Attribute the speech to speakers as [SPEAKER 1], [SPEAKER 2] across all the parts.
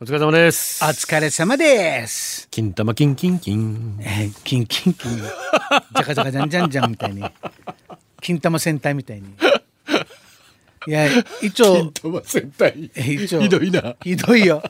[SPEAKER 1] お疲れ様です
[SPEAKER 2] お疲れ様です。
[SPEAKER 1] 金玉キンキンキン
[SPEAKER 2] えーキンキンキン。ジャカジャカジャンジャンジャンみたいに。金玉戦隊みたいに。いや、一応、
[SPEAKER 1] 玉戦隊
[SPEAKER 2] えー一応。
[SPEAKER 1] ひどいな
[SPEAKER 2] ひどいよ。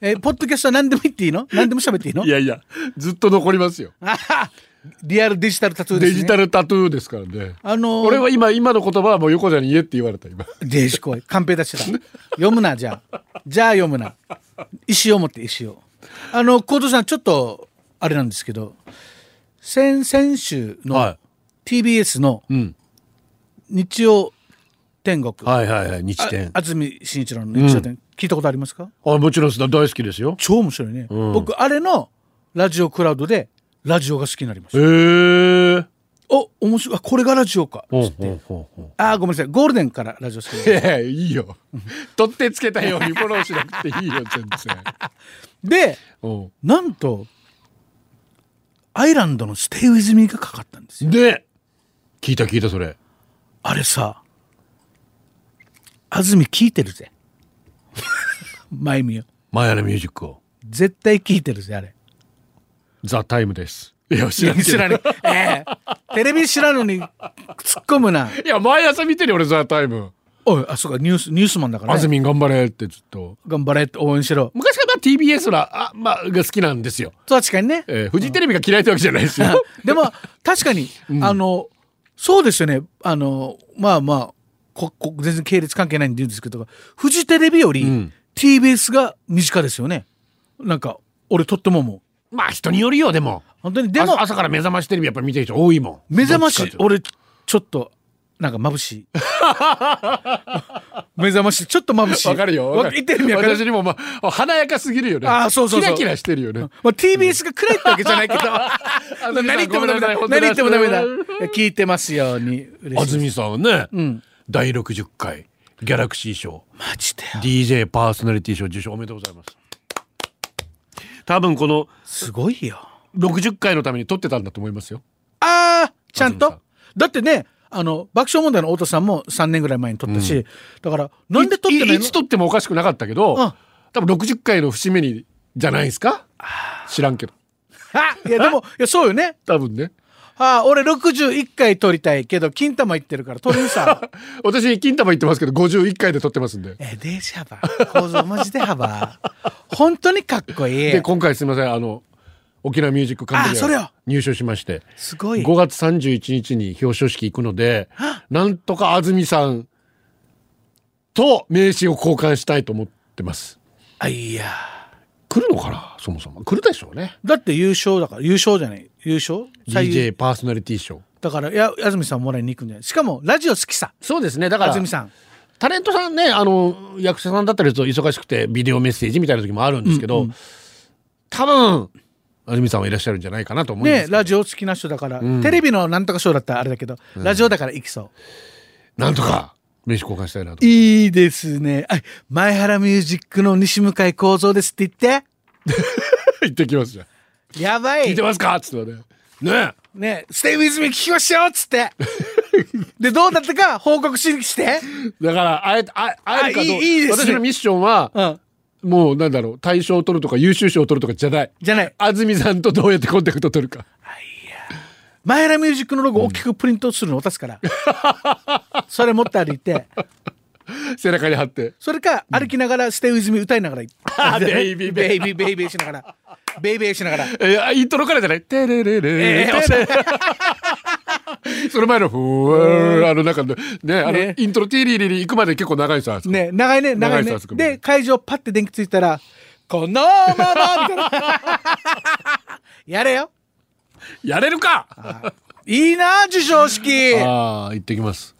[SPEAKER 2] えーポッドキャストは何でも言っていいの何でも喋っていいの
[SPEAKER 1] いやいやずっと残りますよ
[SPEAKER 2] あは リアルデジタルタトゥーです、
[SPEAKER 1] デ
[SPEAKER 2] ね。
[SPEAKER 1] ジタルタトゥーですからね
[SPEAKER 2] あのー
[SPEAKER 1] 俺は今今の言葉はもう横ちゃんに言えって言われた今
[SPEAKER 2] デジコイ。カンペ出してた。読むな、じゃあ。じゃあ読むな。石を持って、石を。あの、コーさん、ちょっと、あれなんですけど、先、先週
[SPEAKER 1] は
[SPEAKER 2] の TBS の
[SPEAKER 1] ん
[SPEAKER 2] 日曜天国、
[SPEAKER 1] はいはいはい日
[SPEAKER 2] あ安住紳一郎の日曜天国、聞いたことありますか
[SPEAKER 1] あもちろんです大好きですよ
[SPEAKER 2] 超面白いね。僕、あれのラジオクラウドで、ラジオが好きになりまし
[SPEAKER 1] へ
[SPEAKER 2] た。
[SPEAKER 1] え
[SPEAKER 2] お、面白い。あこれがラジオか。
[SPEAKER 1] ほうほうほうほ
[SPEAKER 2] あー、ごめんなさい。ゴールデンからラジオ好きで
[SPEAKER 1] ういやいやいいよ取ってつけたようにフォローしなくていいよ全然
[SPEAKER 2] で、
[SPEAKER 1] う
[SPEAKER 2] なんとアイランドの「ステイウィズミーがかかったんですよ
[SPEAKER 1] んで聞いた聞いたそれ
[SPEAKER 2] あれさ安住聞いて るぜまゆみよ
[SPEAKER 1] マヤのミュージックを
[SPEAKER 2] 絶対聞いてるぜあれ
[SPEAKER 1] ザ・タイムですいや知らんけど
[SPEAKER 2] 知らないええテレビ知らんのに突っ込む ない
[SPEAKER 1] や毎朝見てるよ俺ザ・タイム
[SPEAKER 2] おいあそうかニュースニュースマンだから、
[SPEAKER 1] 安
[SPEAKER 2] ね、
[SPEAKER 1] 住頑張れってずっと
[SPEAKER 2] 頑張れって応援しろ
[SPEAKER 1] 昔からまあ TBS らあ、まあ、が好きなんですよ、
[SPEAKER 2] 確かにね
[SPEAKER 1] えー、フジテレビが嫌いってわけじゃないですよ
[SPEAKER 2] でも確かに、あのそうですよねあのまあまあここ全然系列関係ないんで言うんですけどフジテレビより、TBS が身近ですよねなんか俺とっても思う
[SPEAKER 1] まあ人によるよでも
[SPEAKER 2] 本当にで
[SPEAKER 1] で
[SPEAKER 2] も
[SPEAKER 1] も朝から目覚ましテレビやっぱり見てる人多いもん
[SPEAKER 2] 目覚
[SPEAKER 1] ど
[SPEAKER 2] ま
[SPEAKER 1] っ
[SPEAKER 2] し
[SPEAKER 1] ちかっていうと
[SPEAKER 2] 俺ちょっとなんか眩し い目覚ましちょっと眩しい
[SPEAKER 1] わかるよわかる
[SPEAKER 2] 言ってる意味わかる
[SPEAKER 1] 私にもまあ華やかすぎるよね
[SPEAKER 2] あーそうそうそう
[SPEAKER 1] キラキラしてるよね
[SPEAKER 2] まあ、TBS が暗いってわけじゃない けど
[SPEAKER 1] 住さん
[SPEAKER 2] 何言ってもダメだ
[SPEAKER 1] ごめんなさい本当に
[SPEAKER 2] 何言ってもダメだ
[SPEAKER 1] ごめん
[SPEAKER 2] 聞いてますように嬉
[SPEAKER 1] 安
[SPEAKER 2] しい
[SPEAKER 1] 住さんはね、第60回ギャラクシー賞
[SPEAKER 2] マジで
[SPEAKER 1] DJ パーソナリティ賞受賞おめでとうございます多分この
[SPEAKER 2] すごいよ
[SPEAKER 1] 60回のために撮ってたんだと思いますよ
[SPEAKER 2] ああちゃん
[SPEAKER 1] 安住
[SPEAKER 2] とだってねあの爆笑問題の太田さんも3年ぐらい前に撮ったし、だからなんで撮ってないの
[SPEAKER 1] いいつ撮ってもおかしくなかったけど、
[SPEAKER 2] うん
[SPEAKER 1] 多分60回の節目にじゃないですか知らんけど
[SPEAKER 2] あいやでもいやそうよね
[SPEAKER 1] 多分ね
[SPEAKER 2] あー俺61回撮りたいけど金玉いってるから撮れ るさ
[SPEAKER 1] 私金玉言ってますけど51回で撮ってますんで
[SPEAKER 2] えデージャバ構造マジで幅本当にかっこいい
[SPEAKER 1] で今回すいませんあの沖縄ミュージックカン
[SPEAKER 2] あそ
[SPEAKER 1] パニ
[SPEAKER 2] れ
[SPEAKER 1] ー
[SPEAKER 2] よ
[SPEAKER 1] 入賞しまして
[SPEAKER 2] すごい
[SPEAKER 1] 5月31日に表彰式行くのでなんとか安住さんと名刺を交換したいと思ってます
[SPEAKER 2] あいや
[SPEAKER 1] 来るのかなそもそも来るでしょうね
[SPEAKER 2] だって優勝だから優勝じゃない優勝最優
[SPEAKER 1] DJ パーソナリティ賞
[SPEAKER 2] だからいや安住さんもらいに行くんじゃないしかもラジオ好きさ
[SPEAKER 1] そうですねだ
[SPEAKER 2] 安住さん
[SPEAKER 1] タレントさんねあの役者さんだったりすると忙しくてビデオメッセージみたいな時もあるんですけど、多分安住さんはいらっしゃるんじゃないかなと思うんで
[SPEAKER 2] ね
[SPEAKER 1] すけど、
[SPEAKER 2] ラジオ好きな人だから、テレビのなんとかショーだったらあれだけど、ラジオだから行きそ
[SPEAKER 1] なんとか名刺交換したいな
[SPEAKER 2] う
[SPEAKER 1] と
[SPEAKER 2] いいですねあ前原ミュージックの西向井幸三ですって言っ
[SPEAKER 1] 言ってきますじゃん
[SPEAKER 2] てやば
[SPEAKER 1] 聞い
[SPEAKER 2] い
[SPEAKER 1] てますかっつってねね
[SPEAKER 2] ねステイウィズミ聞きましょうっつってでどうだったか報告しに来て
[SPEAKER 1] だからあえてああえるかどう
[SPEAKER 2] あいいいいですね
[SPEAKER 1] 私のミッションは、
[SPEAKER 2] うん
[SPEAKER 1] もうなんだろう大賞を取るとか優秀賞を取るとかじゃない
[SPEAKER 2] じゃない
[SPEAKER 1] 安住さんとどうやってコンタクト取るか
[SPEAKER 2] 前原ミュージックのロゴを大きくプリントするの渡すから、それ持って歩いて
[SPEAKER 1] 背中に貼って
[SPEAKER 2] それか歩きながらステイウィズミ歌いながら行
[SPEAKER 1] あ
[SPEAKER 2] って
[SPEAKER 1] ベイビーベ
[SPEAKER 2] ベイビーベイビーしながらベイベーしながら
[SPEAKER 1] えー、イントロからじゃない。てれれれ。
[SPEAKER 2] えーおし
[SPEAKER 1] てれれ その前のふーあの中のねあの
[SPEAKER 2] ね
[SPEAKER 1] イントロティリリリ行くまで結構長いですよあそこ
[SPEAKER 2] ね長いね
[SPEAKER 1] 長
[SPEAKER 2] 長い
[SPEAKER 1] い
[SPEAKER 2] ね
[SPEAKER 1] さすがに
[SPEAKER 2] で会場パッて電気ついたら「このまま」みたいなやれよ
[SPEAKER 1] やれるか。
[SPEAKER 2] いいな授賞式
[SPEAKER 1] ああ行ってきます。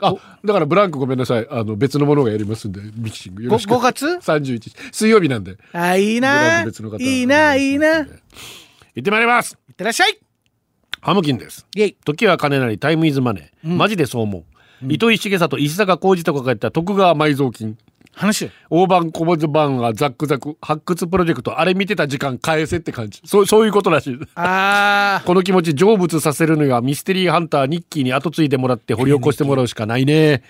[SPEAKER 1] あだからブランクごめんなさいあの別のものがやりますんでミキシングよろしく。
[SPEAKER 2] ご5月
[SPEAKER 1] 三十一水曜日なんで。
[SPEAKER 2] あいいな
[SPEAKER 1] ブランク別の方
[SPEAKER 2] いいないいな
[SPEAKER 1] 行
[SPEAKER 2] い
[SPEAKER 1] ってまいります。
[SPEAKER 2] ってらっしゃい
[SPEAKER 1] ハムキンです。
[SPEAKER 2] イェイ
[SPEAKER 1] 時は金なりタイムイズマネー、マジでそう思う、糸井重里石坂浩二とかが言った徳川埋蔵金
[SPEAKER 2] 話
[SPEAKER 1] 大判小松版はザックザク発掘プロジェクトあれ見てた時間返せって感じそうそういうことらしい
[SPEAKER 2] あー
[SPEAKER 1] この気持ち成仏させるにはミステリーハンターニッキーに後継いでもらって掘り起こしてもらうしかないね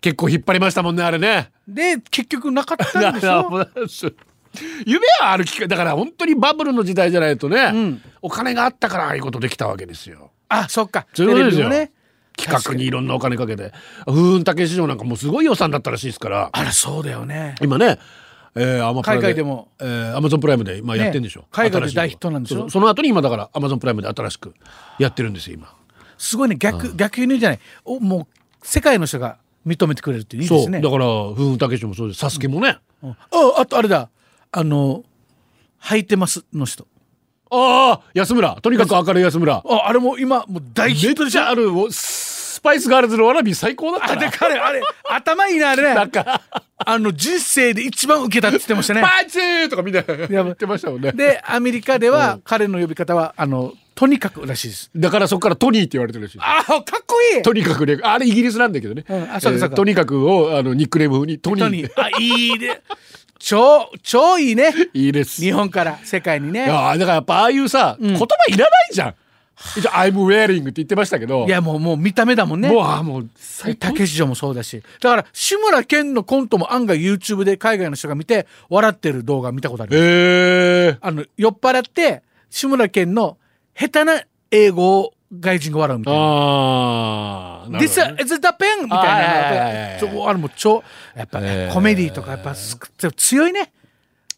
[SPEAKER 1] 結構引っ張りましたもんねあれね。
[SPEAKER 2] で結局なかったん でしょ
[SPEAKER 1] 夢はある機会だから本当にバブルの時代じゃないとね、
[SPEAKER 2] ん
[SPEAKER 1] お金があったからああいうことできたわけですよ
[SPEAKER 2] あそっか
[SPEAKER 1] そういうことですよ
[SPEAKER 2] テレビをね
[SPEAKER 1] 企画にいろんなお金かけて風雲竹市場なんかもうすごい予算だったらしいですから
[SPEAKER 2] あらそうだよね
[SPEAKER 1] 今ね、えー、アマプラ
[SPEAKER 2] 海外でも
[SPEAKER 1] えー、アマゾンプライムで今やってんでしょ、
[SPEAKER 2] ね海外
[SPEAKER 1] 新
[SPEAKER 2] で
[SPEAKER 1] しいのが
[SPEAKER 2] 大ヒットなんでしょ
[SPEAKER 1] そうそうその後に今だからアマゾンプライムで新しくやってるんですよ今
[SPEAKER 2] すごいね逆、逆輸入じゃないおもう世界の人が認めてくれるっていいですね
[SPEAKER 1] そうだから風雲竹市場もそうですサスケもね、
[SPEAKER 2] うんああとあれだあの履いてますの人
[SPEAKER 1] ああ安村とにかく明るい安村
[SPEAKER 2] ああれも今もう大ヒ
[SPEAKER 1] め
[SPEAKER 2] ッ
[SPEAKER 1] っ
[SPEAKER 2] トでし
[SPEAKER 1] ち
[SPEAKER 2] ょ
[SPEAKER 1] ゃあるおスパイスガールズのわらび最高だった
[SPEAKER 2] あ
[SPEAKER 1] な
[SPEAKER 2] で彼あれ頭いいなあれ
[SPEAKER 1] な
[SPEAKER 2] ね
[SPEAKER 1] んか
[SPEAKER 2] あの人生で一番受けたって言ってましたね
[SPEAKER 1] パンチとかみんな言ってましたもんね。
[SPEAKER 2] でアメリカでは彼の呼び方はあのとにかくらしいです
[SPEAKER 1] だからそこからトニーって言われてるらしい。
[SPEAKER 2] あかっこいい
[SPEAKER 1] とにかくね、あれイギリスなんだけどね。
[SPEAKER 2] うんあそうかそうか
[SPEAKER 1] えーとにかくをあのニックネーム風にトニ
[SPEAKER 2] ト
[SPEAKER 1] ー
[SPEAKER 2] ニーあいいね超超いいね
[SPEAKER 1] いいです。
[SPEAKER 2] 日本から世界に
[SPEAKER 1] い
[SPEAKER 2] ね
[SPEAKER 1] やだからやっぱああいうさ、言葉いらないじゃん。一応 I'm wearing って言ってましたけど、
[SPEAKER 2] いやもうもう見た目だもんね
[SPEAKER 1] もうあもう最高。
[SPEAKER 2] 竹市場もそうだしだから志村けんのコントも案外 YouTube で海外の人が見て笑ってる動画見たことある
[SPEAKER 1] えー、
[SPEAKER 2] あの酔っ払って志村けんの下手な英語を外人が笑うみたいな
[SPEAKER 1] ああ、
[SPEAKER 2] 「This is the pen」み
[SPEAKER 1] はいはいはい
[SPEAKER 2] た
[SPEAKER 1] はい
[SPEAKER 2] ないちょあれもう超やっぱ
[SPEAKER 1] え
[SPEAKER 2] ね
[SPEAKER 1] ー
[SPEAKER 2] コメディとかやっぱす強いね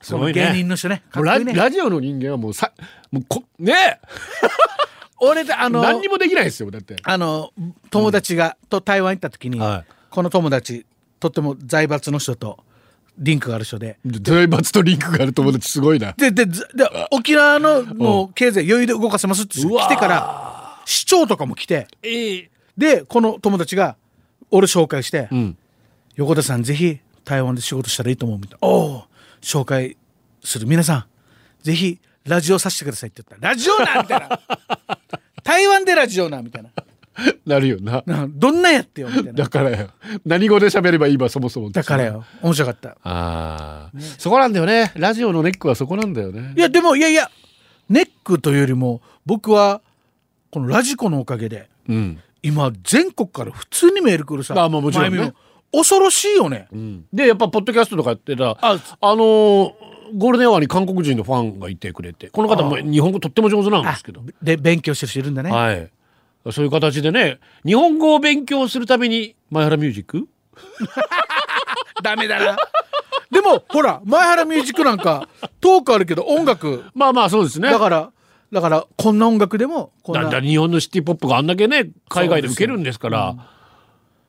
[SPEAKER 1] すごいね
[SPEAKER 2] この芸人の人ねかっこ
[SPEAKER 1] ラ
[SPEAKER 2] いいね
[SPEAKER 1] ラジオの人間はもうさ、もうこね、
[SPEAKER 2] 俺であの
[SPEAKER 1] 何にもできないですよだって。
[SPEAKER 2] あの友達が、と台湾行った時に、
[SPEAKER 1] は
[SPEAKER 2] この友達とっても財閥の人とリンクがある人で
[SPEAKER 1] 財閥とリンクがある友達すごいな。
[SPEAKER 2] ででずで沖縄のもう経済余裕で動かせますって
[SPEAKER 1] うわー
[SPEAKER 2] 来てから市長とかも来て
[SPEAKER 1] ええ
[SPEAKER 2] でこの友達が俺紹介して、
[SPEAKER 1] ん
[SPEAKER 2] 横田さんぜひ台湾で仕事したらいいと思うみたいな「おお紹介する皆さんぜひラジオさせてください」って言ったら「ラジオな!」みた いな「台湾でラジオな!」みたいな
[SPEAKER 1] なるよな
[SPEAKER 2] 「。なんどんなんやってよ」みたいな
[SPEAKER 1] だからよ。何語で喋ればいいわ、そもそも。
[SPEAKER 2] だから。よ面白かった
[SPEAKER 1] ああ、そこなんだよね。ラジオのネックはそこなんだよね
[SPEAKER 2] い。やでもいやいやネックというよりも僕はこのラジコのおかげで
[SPEAKER 1] うん。
[SPEAKER 2] 今全国から普通にメール来るさ
[SPEAKER 1] あまあもちろんね
[SPEAKER 2] 前見も恐ろしいよね、
[SPEAKER 1] で、やっぱ、ポッドキャストとかやってたら、あ
[SPEAKER 2] あ
[SPEAKER 1] のーゴールデンアワーに韓国人のファンがいてくれて、この方も日本語とっても上手なんですけど。
[SPEAKER 2] で勉強してる人いるんだね、
[SPEAKER 1] はい。そういう形でね、日本語を勉強するために、前原ミュージック
[SPEAKER 2] ダメだなでもほら前原ミュージックなんかトークあるけど音楽
[SPEAKER 1] まあまあ、そうですね。
[SPEAKER 2] だからだからこんな音楽でもこん
[SPEAKER 1] だ
[SPEAKER 2] な
[SPEAKER 1] だ日本のシティポップがあんだけね、海外で受けるんですから、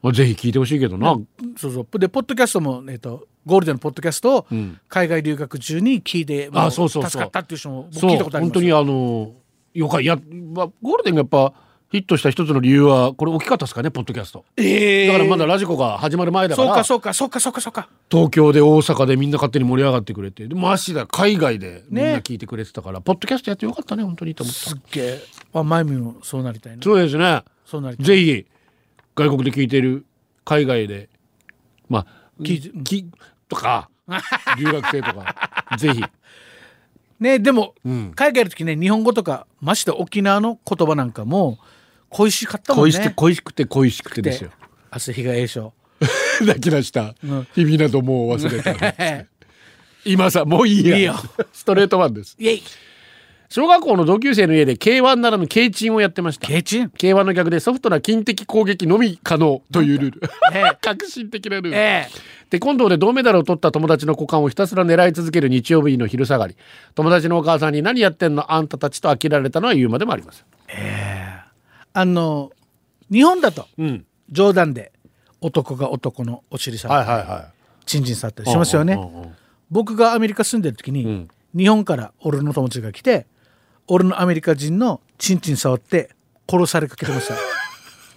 [SPEAKER 1] まあ、ぜひ聞いてほしいけどな。
[SPEAKER 2] そうそうでポッドキャストも、えっとゴールデンのポッドキャストを海外留学中に聞いて、も
[SPEAKER 1] あそうそうそう
[SPEAKER 2] 助かったっていう人も僕
[SPEAKER 1] そう
[SPEAKER 2] 聞いたことあります
[SPEAKER 1] 本当にあのよかいや、まあ、ゴールデンがやっぱヒットした一つの理由はこれ大きかったですかねポッドキャスト
[SPEAKER 2] ええ
[SPEAKER 1] だからまだラジコが始まる前だか
[SPEAKER 2] そう
[SPEAKER 1] ら
[SPEAKER 2] かそうかそうかそうかそうか
[SPEAKER 1] 東京で大阪でみんな勝手に盛り上がってくれてでも足だ海外でみんな
[SPEAKER 2] ね
[SPEAKER 1] 聞いてくれてたから、ポッドキャストやってよかったね本当にと思った
[SPEAKER 2] すっげえあ前見もそうなりたいな
[SPEAKER 1] そうですね
[SPEAKER 2] そうなりたい
[SPEAKER 1] ぜひ外国で聞いてる海外でまあ
[SPEAKER 2] 聞いてうん
[SPEAKER 1] きと か留学生とかぜひ
[SPEAKER 2] ねでも、
[SPEAKER 1] ん
[SPEAKER 2] 海外の時ね日本語とかまして沖縄の言葉なんかも恋しかったもんね
[SPEAKER 1] 恋して恋しくて恋しくてですよ
[SPEAKER 2] 明日日が栄翔
[SPEAKER 1] 泣き出した日々などもう忘れた 今さもういいや
[SPEAKER 2] いいよ
[SPEAKER 1] ストレートマンです
[SPEAKER 2] イエイ
[SPEAKER 1] 小学校の同級生の家で K1 ならぬ K チンをやってました
[SPEAKER 2] ケイチン
[SPEAKER 1] K1 の逆でソフトな筋的攻撃のみ可能というルール
[SPEAKER 2] え
[SPEAKER 1] 革新的なルール、
[SPEAKER 2] ええ
[SPEAKER 1] テコンドーで銅メダルを取った友達の股間をひたすら狙い続ける日曜日の昼下がり友達のお母さんに「何やってんのあんたたち」と飽きられたのは言うまでもあります
[SPEAKER 2] あの日本だと
[SPEAKER 1] うん
[SPEAKER 2] 冗談で男が男のお尻触っ
[SPEAKER 1] いはいは
[SPEAKER 2] チンチン触ったりしますよね、僕がアメリカ住んでる時に、日本から俺の友達が来て俺のアメリカ人のチンチン触って殺されかけてました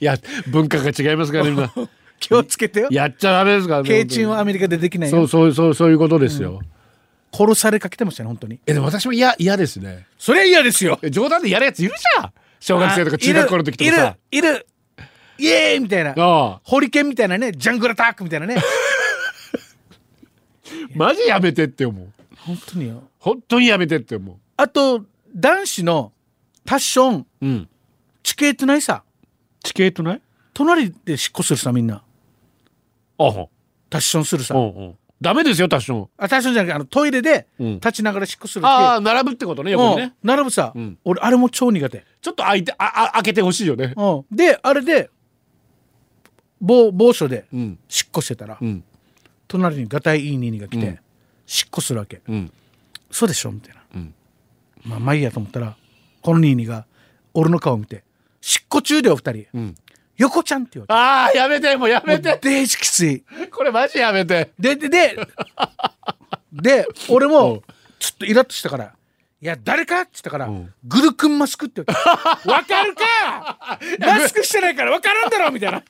[SPEAKER 1] いや文化が違いますからねみんな
[SPEAKER 2] 気をつけてよ
[SPEAKER 1] やっちゃダメですから ね
[SPEAKER 2] ケイチンはアメリカでできないよ
[SPEAKER 1] そうそうそうそういうことですよ、
[SPEAKER 2] 殺されかけてましたね本当に
[SPEAKER 1] えでも私も嫌嫌ですね
[SPEAKER 2] それは嫌ですよ
[SPEAKER 1] え冗談でやるやついるじゃん小学生とか中学校の時とかさ
[SPEAKER 2] いるいるイエーイみたいな
[SPEAKER 1] ああ
[SPEAKER 2] ホリケンみたいなねジャングルタックみたいなね
[SPEAKER 1] マジやめてって思う
[SPEAKER 2] 本当によ
[SPEAKER 1] 本当にやめてって思
[SPEAKER 2] あと男子のタッション
[SPEAKER 1] ううん
[SPEAKER 2] チケットないさ
[SPEAKER 1] 地形とない
[SPEAKER 2] 隣で引っ越するさみんな
[SPEAKER 1] あは
[SPEAKER 2] タッションするさ、
[SPEAKER 1] うんうんダメですよタッション
[SPEAKER 2] あタッションじゃなくてあのトイレで
[SPEAKER 1] うん
[SPEAKER 2] 立ちながら引っ越するって、
[SPEAKER 1] ああ並ぶってことね横に
[SPEAKER 2] うん
[SPEAKER 1] ね
[SPEAKER 2] 並ぶさ、
[SPEAKER 1] うん
[SPEAKER 2] 俺あれも超苦手、
[SPEAKER 1] ちょっと開いてああ開けてほしいよね
[SPEAKER 2] うん、であれで某某所で
[SPEAKER 1] う
[SPEAKER 2] 引っ
[SPEAKER 1] ん
[SPEAKER 2] 越してたら、
[SPEAKER 1] うん
[SPEAKER 2] 隣にガタイいいニーニーが来て、
[SPEAKER 1] うん
[SPEAKER 2] 引っ越するわけ
[SPEAKER 1] うん
[SPEAKER 2] そうでしょみたいな、
[SPEAKER 1] うん
[SPEAKER 2] まあまあいいやと思ったらこのニーニーが俺の顔を見て「しっこ中でお二人、
[SPEAKER 1] ん
[SPEAKER 2] 横ちゃん」って言われ
[SPEAKER 1] ああやめてもうやめ
[SPEAKER 2] ても
[SPEAKER 1] て
[SPEAKER 2] うデージきつい
[SPEAKER 1] これマジやめて
[SPEAKER 2] でででで俺もちょっとイラッとしたから「いや誰か?」って言ったから
[SPEAKER 1] ん
[SPEAKER 2] 「グルクンマスク」って言われて「わか るかマスクしてないからわからんだろ」みたいな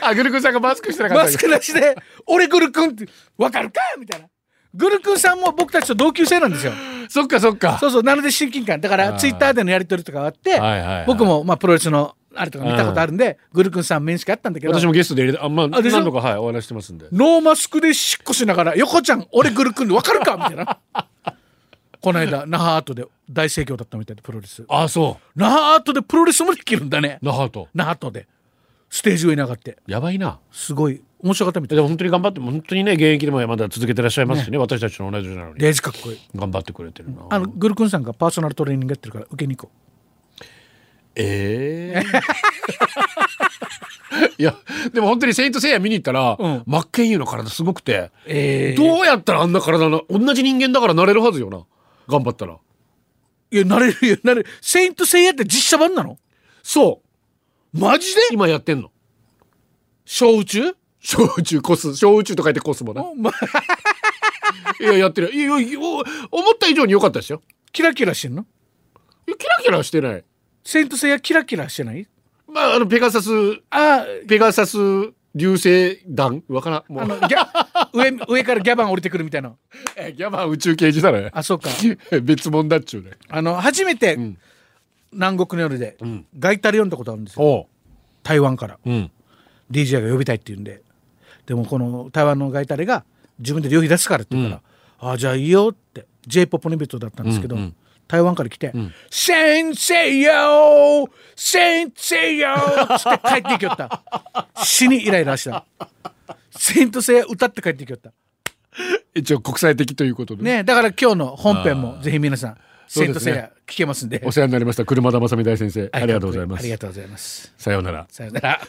[SPEAKER 1] あぐるぐるさんがマスクしてなかった
[SPEAKER 2] マスクなしで「俺グルクン」って「わかるか?」みたいなグルクンさんも僕たちと同級生なんですよ
[SPEAKER 1] そっかそっか
[SPEAKER 2] そうそうなので親近感だか
[SPEAKER 1] あ
[SPEAKER 2] ら
[SPEAKER 1] ー
[SPEAKER 2] ツイッターでのやり取りとかがあって
[SPEAKER 1] はいはいはい
[SPEAKER 2] 僕もまあプロレスのあれとか見たことあるんでグルクンさん面識あったんだけど
[SPEAKER 1] 私もゲストで入れてあまあ
[SPEAKER 2] あでしょ
[SPEAKER 1] 何度かはいお話してますんで
[SPEAKER 2] ノーマスクでしっこしながら「横ちゃん俺グルクンで分かるか?」みたいな この間那覇アートで大盛況だったみたいでプロレス
[SPEAKER 1] あそ
[SPEAKER 2] 那覇アートでプロレスもできるんだね
[SPEAKER 1] う那覇と
[SPEAKER 2] 那覇アートでステージ上に上がって
[SPEAKER 1] やばいな
[SPEAKER 2] すごい面白かったみたい
[SPEAKER 1] でも本当に頑張って本当にね現役でもまだ続けてらっしゃいますしね私たちの同じなのに
[SPEAKER 2] レイジかっこいい
[SPEAKER 1] 頑張ってくれてるな
[SPEAKER 2] あのグルクンさんがパーソナルトレーニングやってるから受けに行こ
[SPEAKER 1] え えいやでも本当に「セイント・セイヤ」見に行ったら、
[SPEAKER 2] うん
[SPEAKER 1] マッケンユーの体すごくて、
[SPEAKER 2] うえどう
[SPEAKER 1] どうやったらあんな体の同じ人間だからなれるはずよな頑張ったら
[SPEAKER 2] いやなれるよなれるセイントセイヤって実写版なの
[SPEAKER 1] そう
[SPEAKER 2] マジで
[SPEAKER 1] 今やってんの
[SPEAKER 2] 小宇宙
[SPEAKER 1] 小宇宙コス小宇宙と書いてコスモね
[SPEAKER 2] ま
[SPEAKER 1] いややってるいやいやお思った以上に良かったですよ
[SPEAKER 2] キラキラしてんの
[SPEAKER 1] いやキラキラしてない
[SPEAKER 2] セイントセイヤキラキラしてない
[SPEAKER 1] まああのペガサス
[SPEAKER 2] あ
[SPEAKER 1] ペガサス流星団わからんも
[SPEAKER 2] あ
[SPEAKER 1] う
[SPEAKER 2] のギャ上上からギャバン降りてくるみたいな
[SPEAKER 1] えギャバン宇宙刑事だね
[SPEAKER 2] あそうか
[SPEAKER 1] 別物だっちゅうね
[SPEAKER 2] あの初めて
[SPEAKER 1] ん
[SPEAKER 2] 南国の夜で
[SPEAKER 1] ん
[SPEAKER 2] ガイタル読んだことあるんですよ
[SPEAKER 1] おう
[SPEAKER 2] 台湾から
[SPEAKER 1] うん
[SPEAKER 2] DJ が呼びたいって言うんででもこの台湾のガイタレが自分で料費出すからって言うから「ああじゃあいいよ」って j p o p のイベントだったんですけど、台湾から来て「センセイヨーセンセイヨー」っつって帰っていきよった死にイライラした「セントセイヤ」歌って帰っていきよった
[SPEAKER 1] 一応国際的ということで、
[SPEAKER 2] ねだから今日の本編もぜひ皆さん「
[SPEAKER 1] そうで
[SPEAKER 2] セン
[SPEAKER 1] すね
[SPEAKER 2] トセイヤ」聞けますんで
[SPEAKER 1] お世話になりました車田正美大先生、ありがとうございま
[SPEAKER 2] あり
[SPEAKER 1] す
[SPEAKER 2] がとうございます
[SPEAKER 1] さようなら
[SPEAKER 2] さよなら